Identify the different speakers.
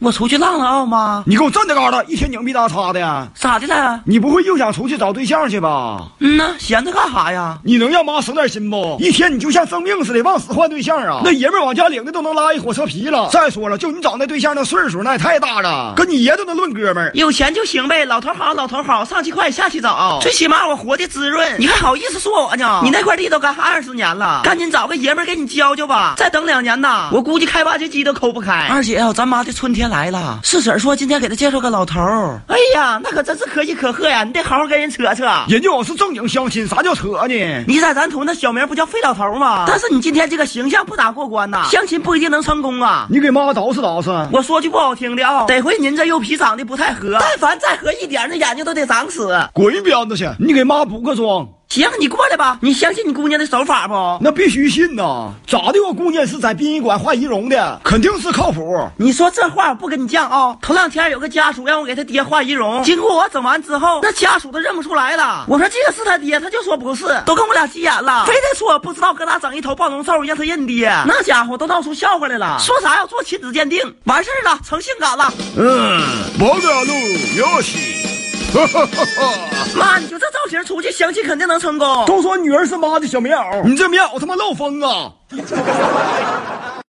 Speaker 1: 我出去浪浪吗？
Speaker 2: 你给我站那嘎达，一天拧逼搭叉的，
Speaker 1: 咋的了？
Speaker 2: 你不会又想出去找对象去吧？
Speaker 1: 嗯呐，闲着干啥呀？
Speaker 2: 你能让妈省点心不？一天你就像生病似的，往死换对象啊！那爷们儿往家领的都能拉一火车皮了。再说了，就你找那对象那岁数，那也太大了，跟你爷都能论哥们儿。
Speaker 1: 有钱就行呗，老头好，老头好，上去快，下去早。最起码我活得滋润，你还好意思说我呢？你那块地都干哈二十年了，赶紧找个爷们儿给你教教吧。再等两年呐，我估计开挖掘机都抠不开。二姐呀，哦咱妈的春天来了，四婶说今天给她介绍个老头儿。哎呀，那可真是可喜可贺呀！你得好好跟人扯扯。
Speaker 2: 人家我是正经相亲，啥叫扯呢？
Speaker 1: 你在咱图那小名不叫费老头吗？但是你今天这个形象不咋过关呐，相亲不一定能成功啊。
Speaker 2: 你给妈捯饬捯饬。
Speaker 1: 我说句不好听的啊、得亏您这右皮长得不太合，但凡再合一点，那眼睛都得长死。
Speaker 2: 滚一边子去！你给妈补个妆，
Speaker 1: 行，你过来吧，你相信你姑娘的手法不？
Speaker 2: 那必须信呐！咋的？我姑娘是在殡仪馆画仪容的，肯定是靠谱。
Speaker 1: 你说这话我不跟你犟啊、头两天有个家属让我给他爹画仪容，经过我整完之后，那家属都认不出来了。我说这个是他爹，他就说不是，都跟我俩急眼了，非得说我不知道，搁哪整一头暴龙兽让他认爹。那家伙都闹出笑话来了，说啥要做亲子鉴定，完事儿了，成性感了。
Speaker 2: 嗯，跑两路有戏。哈哈哈哈！
Speaker 1: 妈，你就这造型出去相亲肯定能成功。
Speaker 2: 都说女儿是妈的小棉袄，你这棉袄他妈漏风啊！